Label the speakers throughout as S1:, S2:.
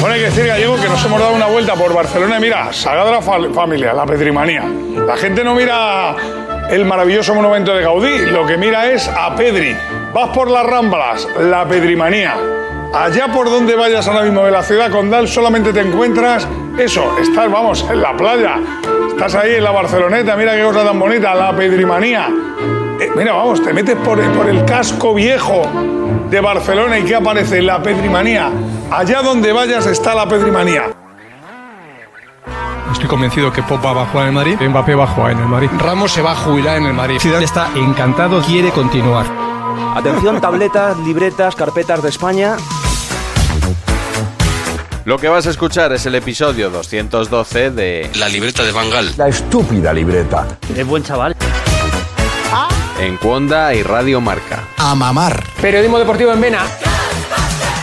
S1: Bueno, hay que decir, Gallego, que nos hemos dado una vuelta por Barcelona y mira, Sagrada Fa- Familia, la Pedrimanía. La gente no mira el maravilloso monumento de Gaudí, lo que mira es a Pedri. Vas por las Ramblas, la Pedrimanía. Allá por donde vayas ahora mismo de la ciudad condal solamente te encuentras eso, estás, vamos, en la playa. Estás ahí en la Barceloneta, mira qué cosa tan bonita, la Pedrimanía. Eh, mira, vamos, te metes por, por el casco viejo de Barcelona y ¿qué aparece? La pedrimanía. Allá donde vayas está la pedrimanía.
S2: Estoy convencido que Pogba va a jugar en el Madrid, Mbappé va a jugar en el Madrid, Ramos se va a jubilar en el Madrid. Zidane está encantado, quiere continuar.
S3: Atención, tabletas, libretas, carpetas de España.
S4: Lo que vas a escuchar es el episodio 212 de La libreta de Bangal
S5: La estúpida libreta.
S6: Es buen chaval.
S4: en Cuonda y Radio Marca.
S5: A mamar.
S7: Periodismo deportivo en Vena.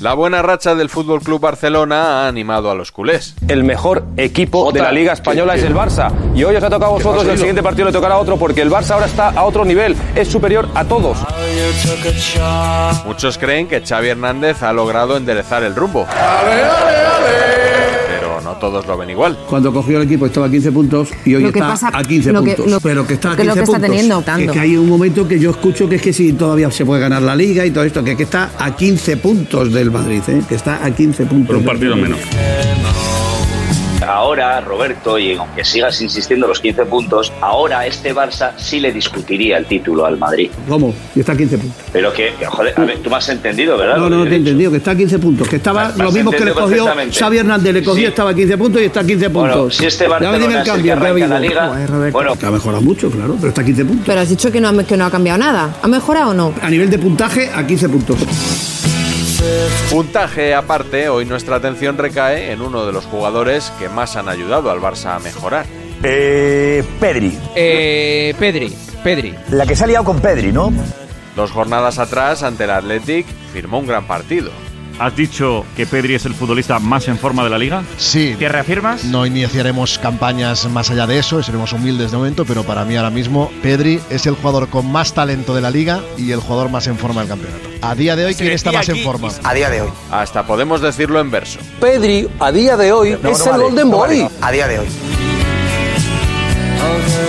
S4: La buena racha del Fútbol Club Barcelona ha animado a los culés.
S3: El mejor equipo de la Liga Española es el Barça. Y hoy os ha tocado a vosotros, el siguiente partido le tocará a otro, porque el Barça ahora está a otro nivel. Es superior a todos.
S4: Muchos creen que Xavi Hernández ha logrado enderezar el rumbo. Pero no todos lo ven igual.
S8: Cuando cogió el equipo estaba a 15 puntos y hoy
S9: Lo que
S8: está
S9: pasa-
S8: a 15
S9: lo que-
S8: puntos.
S9: lo-
S8: pero que está a
S9: que
S8: 15
S9: lo que está
S8: puntos.
S9: teniendo,
S8: Que
S9: tanto.
S8: es que hay un momento que yo escucho que es que si todavía se puede ganar la liga y todo esto, que, es que está a 15 puntos del Madrid, ¿eh? que está a 15 puntos. Por un partido menos.
S10: Ahora, Roberto, y aunque sigas insistiendo los 15 puntos, ahora este Barça sí le discutiría el título al Madrid.
S8: ¿Cómo? Y está a 15 puntos.
S10: Pero que, que, joder, a ver, tú me has entendido, ¿verdad?
S8: No,
S10: Lo
S8: no,
S10: que yo
S8: te he
S10: he dicho?
S8: entendido, que está a 15 puntos. Que estaba
S10: Vas-
S8: lo
S10: vas
S8: mismo que le
S10: entendido
S8: cogió
S10: perfectamente.
S8: Xavi Hernández, le cogió,
S10: Sí.
S8: estaba a 15 puntos y está a 15 puntos.
S10: Bueno, si este
S8: Ya me
S10: Barcelona
S8: viene el
S10: es el
S8: cambio,
S10: que arranca la
S8: rápido.
S10: liga,
S9: Joder, Roberto.
S10: bueno,
S8: Que ha mejorado mucho, claro, pero está a 15 puntos.
S9: Pero has dicho que no, ha- que no ha cambiado nada. ¿Ha mejorado o no?
S8: A nivel de puntaje, a 15 puntos.
S4: Puntaje aparte, hoy nuestra atención recae en uno de los jugadores que más han ayudado al Barça a mejorar.
S5: Eh, Pedri.
S7: Eh, Pedri, Pedri.
S5: La que se ha liado con Pedri, ¿no?
S4: Dos jornadas atrás, ante el Athletic, firmó un gran partido.
S11: ¿Has dicho que Pedri es el futbolista más en forma de la liga?
S12: Sí,
S11: ¿Te reafirmas?
S12: no iniciaremos campañas más allá de eso, y seremos humildes de momento, pero para mí ahora mismo Pedri es el jugador con más talento de la liga y el jugador más en forma del campeonato. A día de hoy, ¿quién está más en forma?
S4: A día de hoy. Hasta podemos decirlo en verso.
S3: Pedri, a día de hoy,
S4: No,
S3: es
S4: no
S3: el
S4: vale,
S3: Golden
S4: no
S3: Boy.
S4: vale,
S3: a día de hoy.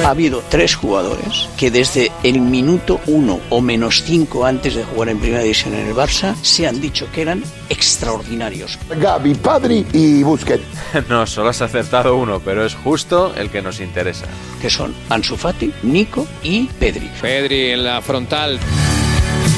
S13: Ha habido tres jugadores que desde el minuto uno o menos cinco antes de jugar en primera división en el Barça se han dicho que eran extraordinarios.
S14: Gaby, Padri y Busquets.
S4: no, solo has acertado uno, pero es justo el que nos interesa.
S13: Que son Ansu Fati, Nico y Pedri.
S4: Pedri en la frontal.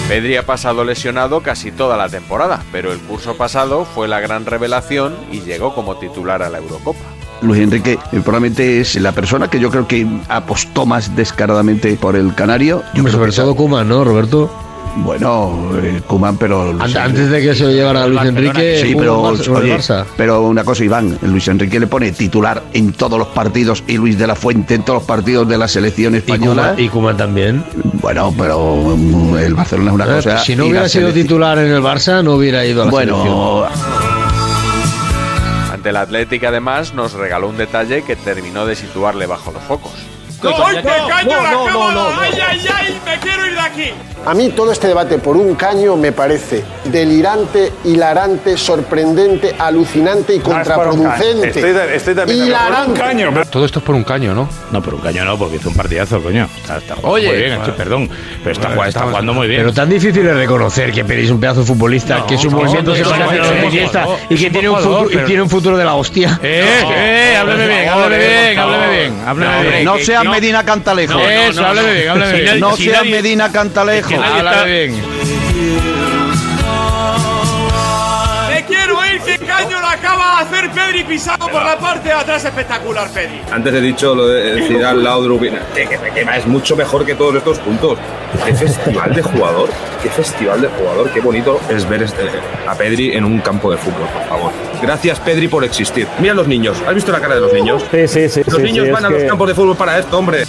S4: Pedri ha pasado lesionado casi toda la temporada, pero el curso pasado fue la gran revelación y llegó como titular a la Eurocopa.
S5: Luis Enrique eh, probablemente es la persona que yo creo que apostó más descaradamente por el Canario.
S15: sobre todo Kuma, ¿no, Roberto?
S8: Bueno, eh, Koeman, pero... Luis
S9: Ante-
S8: Enrique-
S9: antes de que se lo llevara Luis Enrique,
S8: Sí,
S9: jugó
S8: pero,
S9: más con el
S8: oye,
S9: Eh, Barça.
S8: pero una cosa, Iván, Luis Enrique le pone titular en todos los partidos y Luis de la Fuente en todos los partidos de la selección española.
S9: Y Kuman también.
S8: Bueno, pero mm, el Barcelona es una
S9: Eh,
S8: cosa.
S9: si no
S8: y la
S9: hubiera sido
S8: selección-
S9: titular en el Barça, no hubiera ido a la
S8: Bueno,
S4: Ante el Athletic, además, nos regaló un detalle que terminó de situarle bajo los focos.
S1: ¡Ay, que caño la
S14: no, no,
S1: cámara!
S14: no, no.
S1: ¡Ay, ay, ay! ¡Me quiero ir de aquí!
S14: A mí todo este debate por un caño me parece delirante, hilarante, sorprendente, alucinante y
S16: No, es por un caño.
S14: contraproducente.
S16: Estoy de- estoy también de acuerdo.
S14: hilarante.
S16: Por un caño, pero-
S17: Todo esto es por un caño, ¿no? No, por un caño no, porque hizo un partidazo, coño. Está, está jugando
S9: Oye,
S17: muy bien,
S9: bueno.
S17: Anchi, perdón. Pero está, jugando- está jugando muy bien.
S9: Pero tan difícil es reconocer que Pedri es un pedazo de futbolista, que su
S17: no,
S9: movimiento
S17: no,
S9: se
S17: no,
S9: parece
S17: no,
S9: a los
S17: no,
S9: de
S17: no,
S9: Iniesta
S17: no,
S9: y que
S17: no,
S9: tiene
S17: no,
S9: un futuro
S17: no,
S9: y
S17: pero-
S9: tiene un futuro de la hostia.
S17: Eh, eh, hábleme bien, hábleme bien, hábleme bien, hábleme
S8: No,
S17: bien.
S8: hombre, No
S17: que-
S8: seas
S17: no.
S8: Medina Cantalejo.
S17: No, no, Eso, no, hábleme no. bien, hábleme
S8: Si
S17: bien.
S8: No
S17: Si
S8: seas
S17: nadie-
S8: Medina Cantalejo.
S17: que nadie está- Háblame bien.
S1: ¡Me quiero ir! ¡Que caño la acaba de hacer Pedri pisado por la parte de atrás! ¡Espectacular, Pedri!
S3: Antes he dicho lo de Zidane, Laudrup, y- que, que- que es mucho mejor que todos estos puntos. Qué festival de jugador, qué festival de jugador, qué bonito es ver este- a Pedri en un campo de fútbol, por favor. Gracias Pedri por existir. Mira los niños, ¿has visto la cara de los niños?
S11: Sí, sí, sí.
S3: Los
S11: sí,
S3: niños
S11: sí,
S3: van
S11: es
S3: a los
S11: que-
S3: campos de fútbol para esto, hombre.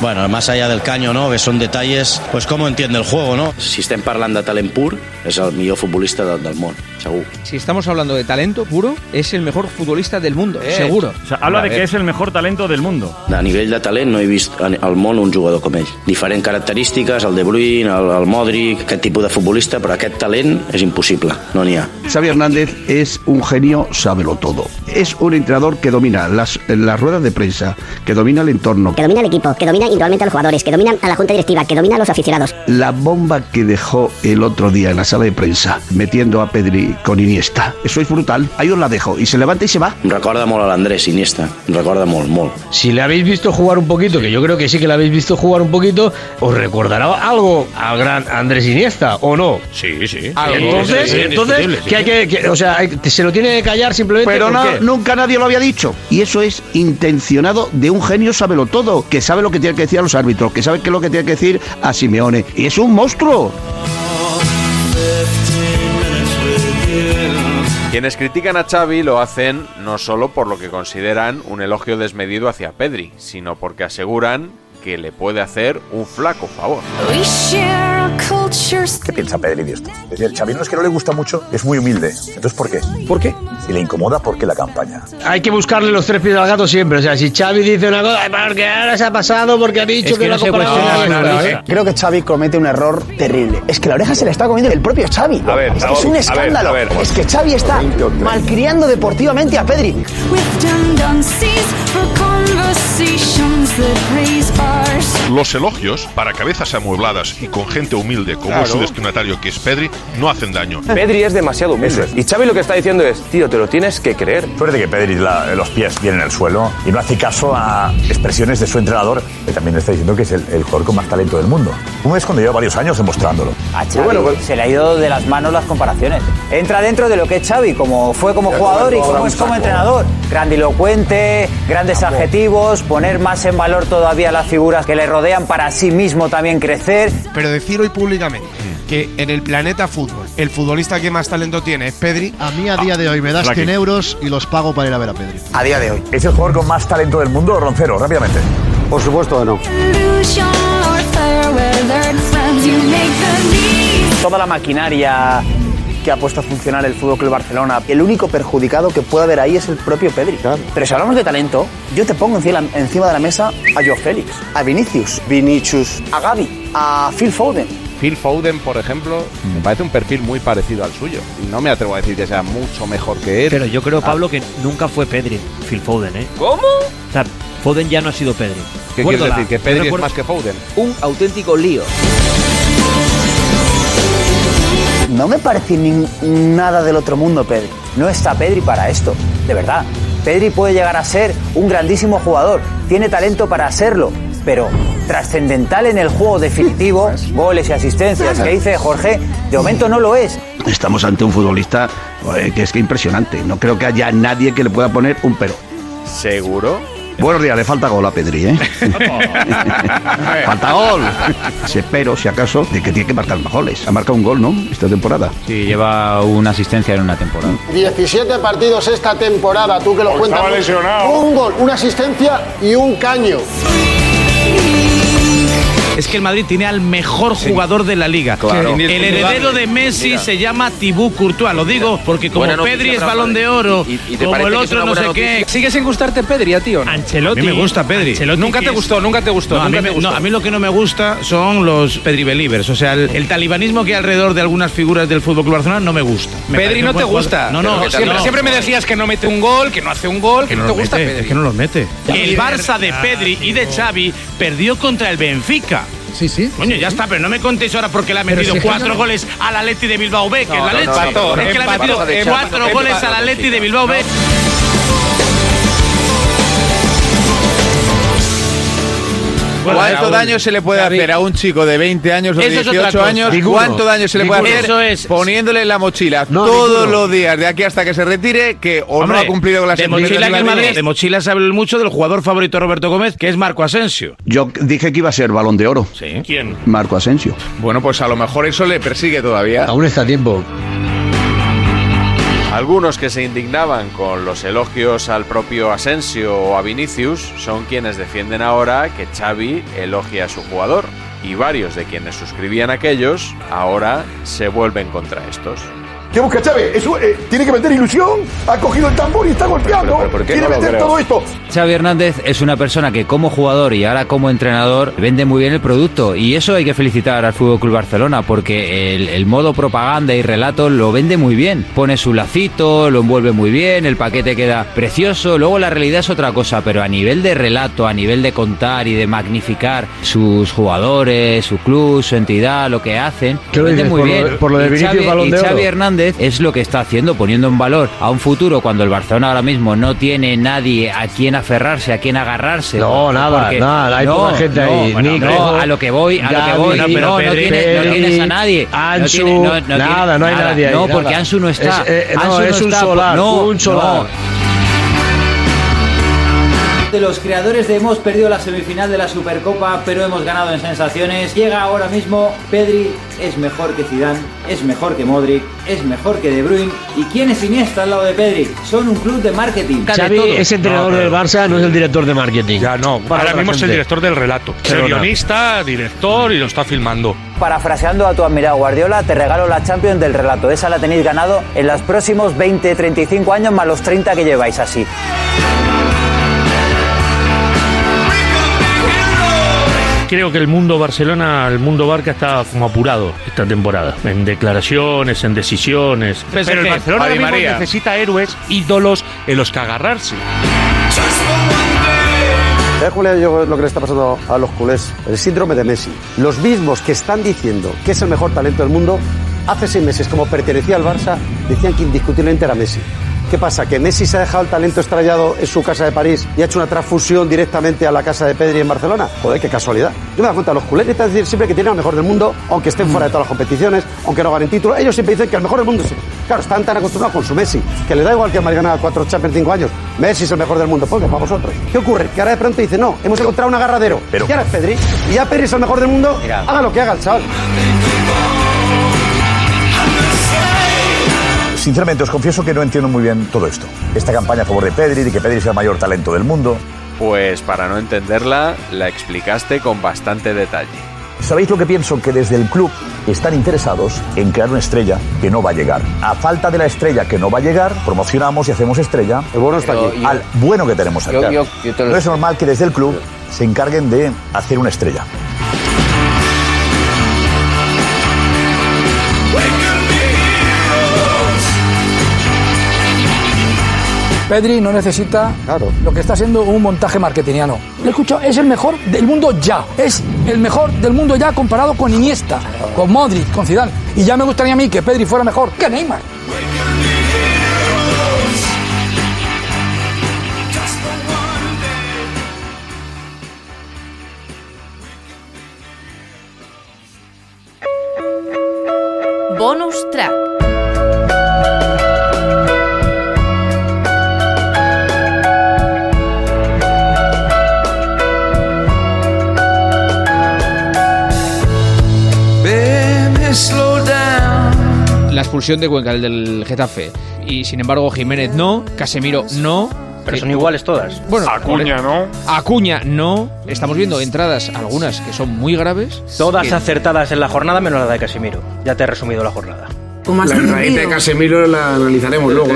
S10: Bueno, más allà del caño, no? que són detalles, pues com entiende el juego, no? Si estem parlant de talent pur, és el millor futbolista del, del món, segur.
S18: Si estamos hablando de talento puro, es el mejor futbolista del mundo, seguro.
S19: Eh, O sea, habla de que es el mejor talento del mundo.
S10: A nivell de talent no he vist en- al món un jugador com ell. Diferents característiques, el De Bruyne, el, el Modric, aquest tipus de futbolista, però aquest talent és impossible, no n'hi ha.
S8: Xavi Hernández es un genio, sábelo todo. Es un entrenador que domina las, las ruedas de prensa, que domina el entorno.
S20: que domina el equipo, que domina individualmente a los jugadores, que domina a la junta directiva, que domina a los aficionados.
S8: La bomba que dejó el otro día en la sala de prensa, metiendo a Pedri con Iniesta. Eso es brutal. Ahí os la dejo. Y se levanta y se va.
S10: Em recorda molt a l'Andrés Iniesta, em recorda molt, molt.
S9: Si le habéis visto jugar un poquito, que yo creo que sí que le habéis visto jugar un poquito, os recordará algo al gran Andrés Iniesta, ¿o no?
S17: Sí, sí.
S9: Entonces, entonces que hay que, que- o sea, hay- se lo tiene que callar simplemente.
S8: Pero
S9: ¿por
S8: no-
S9: qué?
S8: nunca nadie lo había dicho. Y eso es intencionado de un genio sábelo todo, que sabe lo que tiene que decir a los árbitros, que sabe qué es lo que tiene que decir a Simeone. Y es un monstruo.
S4: Quienes critican a Xavi lo hacen no solo por lo que consideran un elogio desmedido hacia Pedri, sino porque aseguran que le puede hacer un flaco favor.
S5: ¿Qué piensa Pedri de esto? Es decir, Xavi no es que no le gusta mucho, es muy humilde. Entonces, ¿por qué? ¿Por qué? Si le incomoda, ¿por qué la campaña?
S9: Hay que buscarle los tres pies al gato siempre. O sea, si Xavi dice una cosa, "Ay, porque ahora se ha pasado, porque ha dicho que, la comparación es mala", ¿eh?
S21: Creo que Xavi comete un error terrible. Es que la oreja se la está comiendo el propio Xavi.
S9: A ver,
S21: es, que
S9: a
S21: es un
S9: ver,
S21: escándalo.
S9: a ver, a ver.
S21: Es que Xavi está malcriando deportivamente a Pedri. Los elogios para cabezas amuebladas y con gente humilde como
S3: Claro.
S21: su destinatario que es Pedri no hacen daño.
S3: Pedri es demasiado humilde. Y Xavi lo que está diciendo es, tío, te lo tienes que creer.
S5: Suerte que Pedri la- los pies vienen al suelo y no hace caso a expresiones de su entrenador, que también le está diciendo que es el, el jugador con más talento del mundo. Un es cuando lleva varios años demostrándolo. pues,
S22: A Xavi pues se le ha ido de las manos las comparaciones. Entra dentro de lo que es Xavi, como fue como
S21: Ya,
S22: jugador y
S21: ahora
S22: como
S21: un
S22: es como
S21: saco.
S22: entrenador. Grandilocuente, grandes adjetivos, poner más en valor todavía las figuras que le rodean para sí mismo también crecer.
S23: Pero decir hoy públicamente que en el planeta fútbol el futbolista que más talento tiene es Pedri. Ah,
S24: A mí a día de hoy me das
S23: Flaky.
S24: 100 euros y los pago para ir a ver a Pedri.
S5: A día de hoy. ¿Es el jugador con más talento del mundo, Roncero? Rápidamente. Por supuesto que no.
S22: Toda la maquinaria que ha puesto a funcionar el Fútbol Club Barcelona.
S21: El único perjudicado que puede haber ahí es el propio Pedri.
S22: Pero si hablamos de talento, yo te pongo encima, encima de la mesa a Joe Félix, a Vinicius, Vinicius, a Gaby, a Phil Foden.
S25: Phil Foden, por ejemplo, me parece un perfil muy parecido al suyo. Y no me atrevo a decir que sea mucho mejor que él. Ah.
S26: Pero yo creo, Pablo, que nunca fue Pedri, Phil Foden, ¿eh?
S22: ¿Cómo?
S26: O sea, Foden ya no ha sido Pedri.
S25: ¿Qué quieres
S26: Guardiola,
S25: decir? ¿Que
S26: yo
S25: Pedri es
S26: recuerdo-
S25: más que Foden?
S22: Un auténtico lío. No me parece nin- nada del otro mundo, Pedri. No está Pedri para esto, de verdad. Pedri puede llegar a ser un grandísimo jugador, tiene talento para serlo, pero trascendental en el juego definitivo, goles y asistencias que dice Jorge, de momento no lo es.
S8: Estamos ante un futbolista eh, que es que impresionante. No creo que haya nadie que le pueda poner un pero.
S4: ¿Seguro?
S27: Buenos días, le falta gol a Pedri, ¿eh? falta gol. Se espero, si acaso, de que tiene que marcar más goles. Ha marcado un gol, ¿no? Esta temporada.
S28: Sí, lleva una asistencia en una temporada.
S14: 17 partidos esta temporada, tú que
S16: Pues
S14: lo cuentas.
S29: estaba lesionado.
S14: Un gol, una asistencia y un caño.
S8: Es que el Madrid tiene al mejor jugador de la liga.
S4: Claro.
S8: El heredero de Messi
S4: Mira.
S8: se llama Thibaut Courtois. Lo digo porque como
S4: Buena noticia
S8: Pedri es
S4: para
S8: balón de
S4: Madrid.
S8: oro,
S4: Y- y- y te
S8: como
S4: parece
S8: el
S4: que es
S8: otro
S4: una
S8: no sé
S4: buena
S8: qué.
S30: ¿Sigue sin gustarte Pedri a ti o no?
S8: Ancelotti. Ancelotti
S30: Nunca te
S8: que es-
S30: gustó, nunca te gustó.
S8: No, a, mí,
S30: nunca te
S8: me-
S30: gustó.
S8: no, a mí lo que no me gusta son los Pedri Believers. O sea, el, el talibanismo que hay alrededor de algunas figuras del fútbol Barcelona no me gusta. Me
S30: Pedri
S8: parece
S30: no
S8: un
S30: te
S8: buen
S30: gusta.
S8: jugador. No, no,
S30: siempre,
S8: no.
S30: siempre me decías que no mete un gol, que no hace un gol, que,
S8: Que no
S30: no te
S8: los
S30: gusta
S8: mete,
S30: Pedri.
S8: es que no los mete. El Barça
S31: Ah,
S8: de Pedri y de Xavi perdió contra el Benfica.
S30: Sí, sí.
S8: Coño, ya está, pero no me contéis ahora porque le ha
S30: Pero
S8: metido
S30: si es que
S8: cuatro
S30: yo no-
S8: goles al Atleti de Bilbao B, que
S30: No,
S8: es
S30: no,
S8: la
S30: no,
S8: leche.
S30: empató,
S8: es que le ha
S30: empató
S8: metido
S30: de Xavi,
S8: cuatro
S30: empató
S8: goles
S30: de
S8: al Atleti de Bilbao B.
S31: ¿Cuánto
S8: Raúl,
S31: daño se le puede hacer a un chico de 20 años o de
S8: Eso es otra
S31: 18
S8: cosa.
S31: años?
S8: Ninguno.
S31: ¿Cuánto daño se le puede
S8: Ninguno.
S31: hacer
S8: Eso es.
S31: poniéndole en la mochila
S8: No,
S31: todos
S8: ninguno.
S31: los días de aquí hasta que se retire que o
S8: Hombre,
S31: no ha cumplido con las
S8: de mochila,
S31: expectativas
S8: que
S31: de
S8: el
S31: la
S8: Madrid-
S31: liga?
S8: de mochila sabe mucho del jugador favorito de Roberto Gómez, que es Marco Asensio.
S27: Yo dije que iba a ser balón de oro.
S8: ¿Quién?
S27: Marco Asensio.
S31: Bueno, pues a lo mejor eso le persigue todavía.
S9: Aún está a tiempo.
S4: Algunos que se indignaban con los elogios al propio Asensio o a Vinicius son quienes defienden ahora que Xavi elogia a su jugador y varios de quienes suscribían aquellos ahora se vuelven contra estos.
S32: ¿Qué busca Chávez? Es un- eh, tiene que meter ilusión. Ha cogido el tambor y está golpeando.
S31: Pero, pero, ¿por qué
S32: Quiere
S31: no lo
S32: meter
S31: creo?
S32: todo esto.
S22: Xavi Hernández es una persona que como jugador y ahora como entrenador vende muy bien el producto y eso hay que felicitar al Fútbol Club Barcelona porque el, el modo propaganda y relato lo vende muy bien. Pone su lacito, lo envuelve muy bien, el paquete queda precioso. Luego la realidad es otra cosa, pero a nivel de relato, a nivel de contar y de magnificar sus jugadores, su club, su entidad, lo que hacen,
S9: ¿Qué lo
S22: vende
S9: dices?
S22: muy
S9: Por lo
S22: bien.
S9: de- por lo de
S22: Y
S9: Vinicius
S22: Xavi-
S9: Balón
S22: y
S9: de
S22: Xavi
S9: Oro.
S22: Hernández es lo que está haciendo, poniendo en valor a un futuro cuando el Barcelona ahora mismo no tiene nadie a quien aferrarse, a quien agarrarse.
S9: No, nada, nada, hay poca gente ahí.
S22: bueno,
S9: Nico,
S22: no, a lo que voy, a
S9: Gavi,
S22: lo que voy.
S9: no,
S22: No,
S9: pero
S22: no,
S9: Pedri,
S22: tienes, no tienes a nadie.
S9: Ansu,
S22: no tiene- no- no tiene-
S9: nada, no hay nadie ahí,
S22: No,
S9: nada.
S22: porque Ansu no está.
S9: Es- eh, no,
S22: Ansu
S9: es un
S22: está,
S9: solar,
S22: no,
S9: un solar.
S28: De los creadores de hemos perdido la semifinal de la Supercopa, pero hemos ganado en sensaciones. Llega ahora mismo Pedri, es mejor que Zidane, es mejor que Modric, es mejor que De Bruyne. ¿Y quién es Iniesta al lado de Pedri? Son un club de marketing.
S9: Xavi es entrenador del Barça, no es el director de marketing. Ya no,
S11: Ahora mismo es el director del relato. Es el
S9: Perdona.
S11: guionista, director y lo está filmando.
S33: Parafraseando a tu admirado Guardiola, te regalo la Champions del relato. Esa la tenéis ganado en los próximos 20, 35 años más los 30 que lleváis así.
S11: Creo que el mundo Barcelona, el mundo Barca está como apurado esta temporada. En declaraciones, en decisiones. Pero el Barcelona ahora
S31: Ave
S11: mismo
S31: María.
S11: necesita héroes, ídolos en los que agarrarse.
S34: ¿Sabes cuál es Eh, yo lo que le está pasando a los culés? El síndrome de Messi. Los mismos que están diciendo que es el mejor talento del mundo, hace seis meses, como pertenecía al Barça, decían que indiscutiblemente era Messi. ¿Qué pasa? ¿Que Messi se ha dejado el talento estrellado en su casa de París y ha hecho una transfusión directamente a la casa de Pedri en Barcelona? Joder, qué casualidad. Yo me da cuenta, los culés necesitan decir siempre que tienen al mejor del mundo, aunque estén fuera de todas las competiciones, aunque no ganen títulos. Ellos siempre dicen que el mejor del mundo es... Claro, están tan acostumbrados con su Messi, que le da igual que el Madrid ganara cuatro Champions en cinco años. Messi es el mejor del mundo, pues para vosotros. ¿Qué ocurre? Que ahora de pronto dice, no, hemos encontrado un agarradero.
S5: Pero-
S34: Y ahora es Pedri. Y ya Pedri es el mejor del mundo, haga lo que haga el chaval.
S5: Sinceramente, os confieso que no entiendo muy bien todo esto. Esta campaña a favor de Pedri, de que Pedri sea el mayor talento del mundo.
S4: Pues para no entenderla, la explicaste con bastante detalle.
S5: ¿Sabéis lo que pienso? Que desde el club están interesados en crear una estrella que no va a llegar. A falta de la estrella que no va a llegar, promocionamos y hacemos estrella el bueno
S34: está aquí.
S5: al bueno que tenemos
S34: Yo-
S5: acá.
S34: yo- yo te lo-
S5: No es normal que desde el club se encarguen de hacer una estrella.
S7: Pedri no necesita lo que está haciendo un montaje marketingiano. Le escucho, es el mejor del mundo ya. Es el mejor del mundo ya comparado con Iniesta, con Modric, con Zidane. Y ya me gustaría a mí que Pedri fuera mejor que Neymar. Bonus track.
S35: la expulsión de Cuenca, el del Getafe. Y sin embargo, Jiménez no, Casemiro no.
S9: Pero son iguales todas.
S35: Bueno,
S9: Acuña,
S35: ¿no? Acuña no. Estamos viendo entradas, algunas que son muy graves.
S9: Todas
S35: que-
S9: acertadas en la jornada menos la de Casimiro. Ya te he resumido la jornada.
S13: La raíz de Casemiro la analizaremos luego,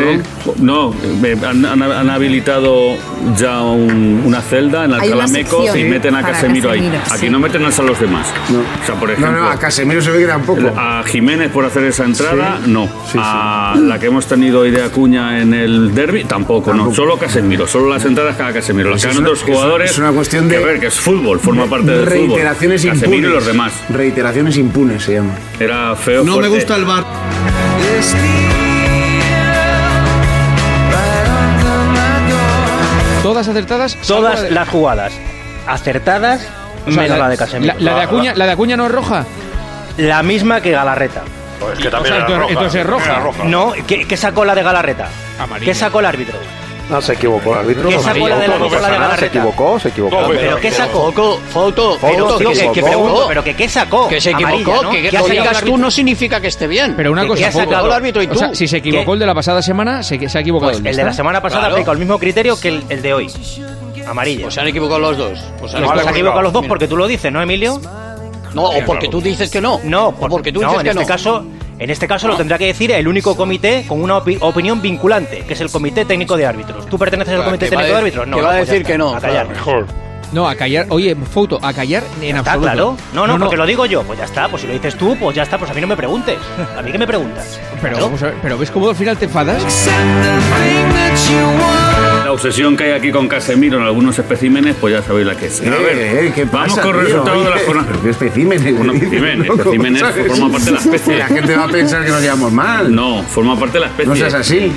S13: ¿no?
S11: No, eh, han, han- han habilitado ya un- una celda en
S13: Hay una
S11: Alcalameco y
S13: sección
S11: meten a
S13: para
S11: Casemiro, ahí.
S13: Casemiro,
S11: Aquí
S13: sí.
S11: no meten a los demás. O sea, por
S13: No,
S11: ejemplo,
S13: no, a Casemiro se ve que tampoco.
S11: a Jiménez por hacer esa entrada, no. A la que hemos tenido hoy de Acuña en el derby, tampoco, no. Solo Casemiro, solo las entradas cada Casemiro. Las
S13: Pues
S11: que
S13: es
S11: hagan
S13: una-
S11: otros
S13: es una-
S11: jugadores.
S13: es una cuestión de-
S11: Que a ver, que es fútbol, forma parte del fútbol.
S13: Reiteraciones
S11: Casemiro
S13: impunes.
S11: y los demás.
S13: Reiteraciones impunes se llama.
S11: Era feo.
S13: No me
S11: fuerte.
S13: gusta el
S12: bar.
S35: Todas acertadas. salvo la
S9: Todas
S35: de-
S9: las jugadas acertadas
S35: o sea,
S9: menos la, de Casemiro.
S35: La, la de Acuña, la de Acuña no es roja.
S9: La misma que Galarreta. Pues
S35: que también O sea, era esto- roja. esto es roja. Era roja.
S9: No, ¿qué, qué sacó la de Galarreta? ¿Qué sacó el árbitro?
S36: No, se equivocó el árbitro.
S9: ¿Qué
S36: no,
S9: sacó la de la
S36: no
S9: roja, la de
S36: pasa nada, Se
S9: Galarreta?
S36: equivocó, se equivocó.
S9: ¿Pero qué sacó? Foto,
S36: Foto, se
S9: que, que
S36: equivocó.
S9: pregunto, ¿pero que qué sacó?
S36: Que se equivocó,
S9: Amarilla, ¿no?
S36: que,
S9: ¿Qué ha
S36: lo
S9: sacado el
S36: digas tú
S9: árbitro?
S36: no significa que esté bien.
S35: Pero una
S9: ¿Qué-
S35: cosa,
S9: qué ha
S35: poco.
S9: sacado el árbitro y
S35: O sea,
S9: tú?
S35: si se equivocó
S9: ¿Qué?
S35: el de la pasada semana, se, se ha equivocado.
S9: Pues
S35: él,
S9: el de
S35: ¿está?
S9: la semana pasada
S35: Claro.
S9: aplicó el mismo criterio que el, el de hoy. Amarilla. Pues
S36: se han equivocado los dos.
S9: Pues
S36: se
S9: se
S36: han
S9: han
S36: equivocado.
S9: equivocado los dos porque tú lo dices, ¿no, Emilio?
S36: No, o porque tú dices que no.
S9: No, por-
S36: porque tú
S9: no,
S36: dices
S9: en
S36: que
S9: este
S36: no.
S9: Caso, en este caso lo tendrá que decir el único comité con una opi- opinión vinculante, que es el Comité Técnico de Árbitros. ¿Tú perteneces al
S36: Claro,
S9: Comité
S36: que va
S9: Técnico de
S36: a-
S9: Árbitros? No.
S36: que va a
S9: pues ya
S36: decir
S9: está,
S36: que no,
S9: A callar.
S36: claro.
S35: No, a callar. Oye, foto, a callar en
S9: Está
S35: absoluto.
S9: claro. No, no, porque lo digo yo. Pues ya está, pues si lo dices tú, pues ya está, pues a mí no me preguntes. A mí que me preguntas.
S35: Pero, vamos a ver, pero ves cómo al final te enfadas.
S11: La obsesión que hay aquí con Casemiro en algunos especímenes, pues ya sabéis la que es.
S13: Eh,
S11: Pero a ver, vamos con el resultado de la jornada.
S13: ¿Qué especímenes?
S11: Bueno, especímenes,
S13: ¿Cómo
S11: especímenes
S13: sabes?
S11: forman parte de la especie.
S13: La gente va a pensar que nos llevamos mal.
S11: No, forma parte de la especie.
S13: No seas así.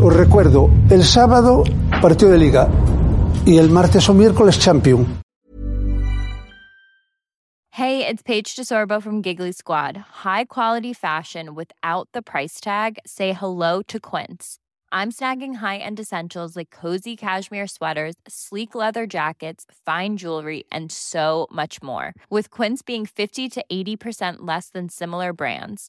S21: Os recuerdo, el sábado partido de liga y el martes o miércoles champion.
S17: Hey, it's Paige DeSorbo from Giggly Squad. High quality fashion without the price tag. Say hello to Quince. I'm snagging high-end essentials like cozy cashmere sweaters, sleek leather jackets, fine jewelry, and so much more. With Quince being 50 to 80% less than similar brands.